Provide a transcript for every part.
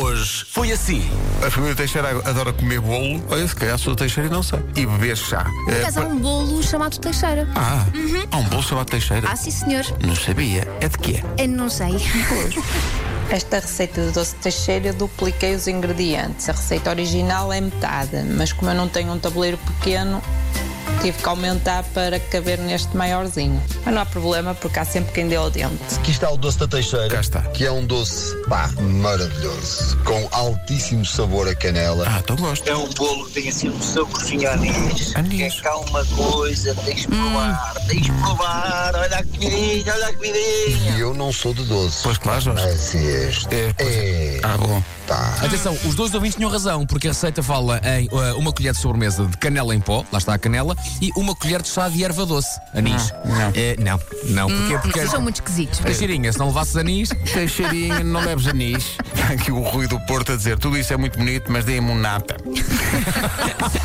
Hoje foi assim. A família Teixeira adora comer bolo. Olha, se calhar sou do Teixeira e não sei. E beber chá. Por Eh, acaso há pa- um bolo chamado Teixeira. Uhum. Ah, há um bolo chamado Teixeira. Ah, sim, senhor. Não sabia. É de quê? Eu não sei. Esta receita do doce de Teixeira eu dupliquei os ingredientes. A receita original é metade, mas como eu não tenho um tabuleiro pequeno, tive que aumentar para caber neste maiorzinho. Mas não há problema, porque há sempre quem dê ao dente. Aqui está o doce da Cá Teixeira, está. que é um doce pá, maravilhoso, com altíssimo sabor a canela. Ah, então gosto. É um bolo que tem assim um saborzinho a anis. Anis. Que é calma coisa, tens de provar, Hum. tens de provar. Olha a comidinha, olha a comidinha. E eu não sou de doce. Pois claro, Jorge. Mas este É, é, pois Ah, bom. pá. Atenção, os dois ouvintes tinham razão, porque a receita fala em uh, uma colher de sobremesa de canela em pó, lá está a canela, e uma colher de chá de erva doce, anis. Ah, não. É, não, não, porque, porque Vocês são muito esquisitos. Teixeirinha, se não levasses anis, Teixeirinha, não leves anis. Aqui o Rui do Porto a dizer, tudo isso é muito bonito, mas deem-me um nata.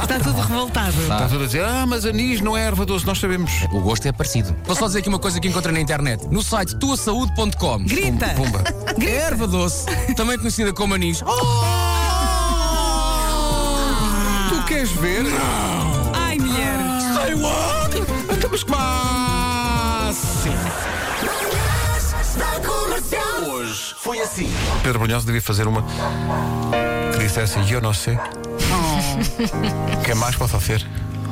Está tudo revoltado. Está tudo a dizer, ah, mas anis não é erva doce, nós sabemos. o gosto é parecido. Vou só dizer aqui uma coisa que encontrei na internet. No site tuasaude.com. Grita. Pumba. Erva doce, também conhecida como anis. Tu queres ver? Ah. Ai, mulher. Sei what? Estamos quase. Hoje foi assim. Pedro Brunhosa devia fazer uma que dissesse eu não sei. que mais posso hacer?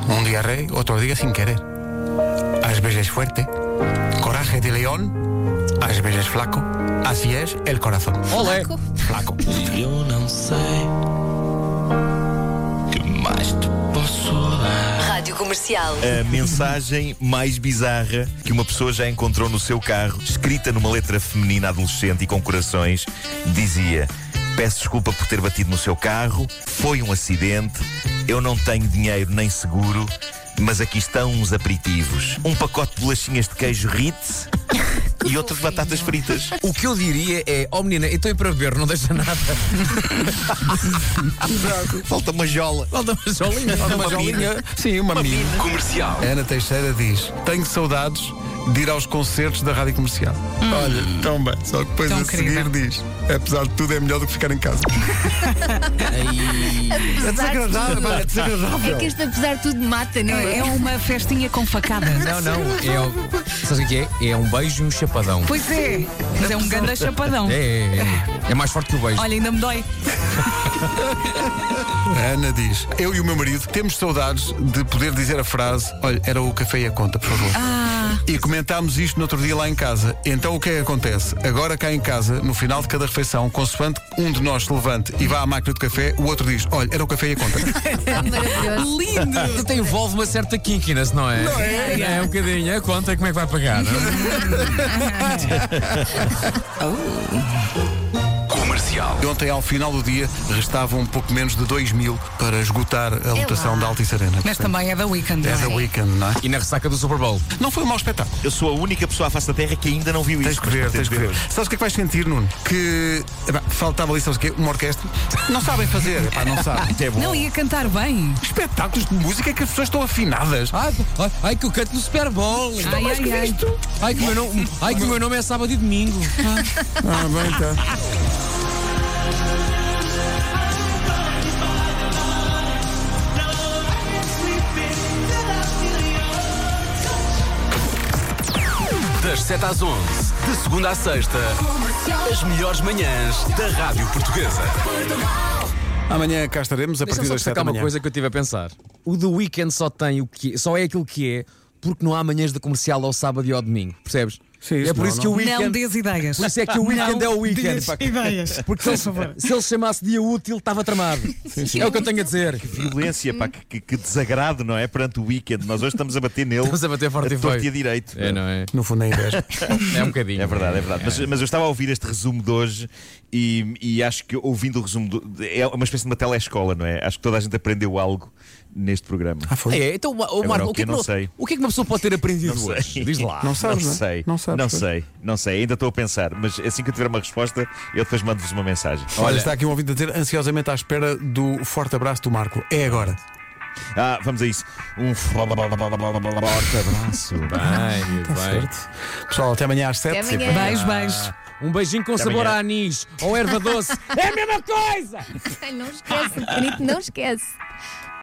Um dia rei, outro dia sem querer. Às vezes fuerte, coraje de león, às vezes flaco, así es el corazón. Olé! Flaco. Eu não sei que mais te posso dar. Rádio Comercial. A mensagem mais bizarra que uma pessoa já encontrou no seu carro, escrita numa letra feminina adolescente e com corações, dizia: Peço desculpa por ter batido no seu carro, foi um acidente, eu não tenho dinheiro nem seguro, mas aqui estão uns aperitivos: um pacote de bolachinhas de queijo Ritz e outro de batatas fritas. O que eu diria é, oh menina, então é para beber, não deixa nada. Falta uma jola. Falta uma jolinha. Falta Uma jolinha. Sim, uma, mina. Comercial. Ana Teixeira diz: Tenho saudades de ir aos concertos da rádio comercial. Olha, Hum. tão bem. Só que depois Tão a seguir querida. diz: Apesar de tudo, é melhor do que ficar em casa. É desagradável, pá, é desagradável. É que este, apesar de tudo, mata, não é? É uma festinha com facada. Não, não, é. o- Sabes o que é? É um beijo e um chapadão. Pois é. Mas é um ganda chapadão. É, é, é. É mais forte que o beijo. Olha, ainda me dói. A Ana diz: Eu e o meu marido temos saudades de poder dizer a frase: Olha, era o café e a conta, por favor. Ah. E comentámos isto no outro dia lá em casa. Então o que é que acontece? Agora cá em casa, no final de cada refeição, consoante um de nós se levante e vá à máquina do café, o outro diz: Olha, era o café e a conta. Maravilhoso. Lindo. Até envolve uma certa kinkiness, não é? Não é? É um bocadinho. A conta como é que vai pagar? não é? Comercial. E Ontem, ao final do dia, restavam um pouco menos de 2 mil para esgotar a lotação lá. da Altice Arena. É Mas Portanto, também é da Weekend. É não é? da Weekend, não é? E na ressaca do Super Bowl. Não foi um mau espetáculo. Eu sou a única pessoa à face da Terra que ainda não viu Tens isto. que ver, mas tens que ver. pretendo Sabes o que é que vais sentir, Nuno? Que epá, faltava ali, sabes o quê? Uma orquestra. Não sabem fazer. Epá, não sabem. Até bom. Não ia cantar bem. Espetáculos de música que as pessoas estão afinadas. Ai, ai, ai, que eu canto no Super Bowl. Ai, ai, ai. Ai, que o meu nome, ai, que o meu nome é sábado e domingo. Ah, bem, tá. Das 7 às 11, de segunda à sexta, as melhores manhãs da Rádio Portuguesa. Amanhã cá estaremos a partir Deixa-me só das 7 da destacar uma manhã. coisa que eu estive a pensar. O The Weeknd só tem o que só é aquilo que é porque não há manhãs de comercial ao sábado e ao domingo, percebes? Sim, é isso por não, isso não. que o Não Weeknd dês ideias. por isso é que o Weekend é o Weekend. pá. ideias. Porque se ele, se ele chamasse dia útil, estava tramado. É o que eu tenho a dizer. Violência, pá, que, que- que desagrado, não é? Perante o weekend. Nós hoje estamos a bater nele. Estamos a bater forte a e torto e a feio. direito. É, não é? No fundo, nem ideias. É um bocadinho. É verdade, é verdade. Mas, mas eu estava a ouvir este resumo de hoje e, e acho que ouvindo o resumo do- é uma espécie de uma telescola, não é? Acho que toda a gente aprendeu algo neste programa. Ah, foi. É, então, o Agora, Marco, o o que que, é que eu não uma- sei. o que é que uma pessoa pode ter aprendido hoje? Diz lá. Não sabes, não é? sei, Não sabes. não pois. sei, não sei, ainda estou a pensar, mas assim que eu tiver uma resposta, eu depois mando-vos uma mensagem. Olha, está aqui um ouvinte a dizer ansiosamente à espera do forte abraço do Marco. É agora. Ah, vamos a isso. Um forte abraço. Bem, bem. Pessoal, até amanhã às 7. Até amanhã. Beijo, beijo. um beijinho com Até sabor amanhã. a anis ou erva doce. é a mesma coisa! Ai, não esquece, pequenito, não esquece.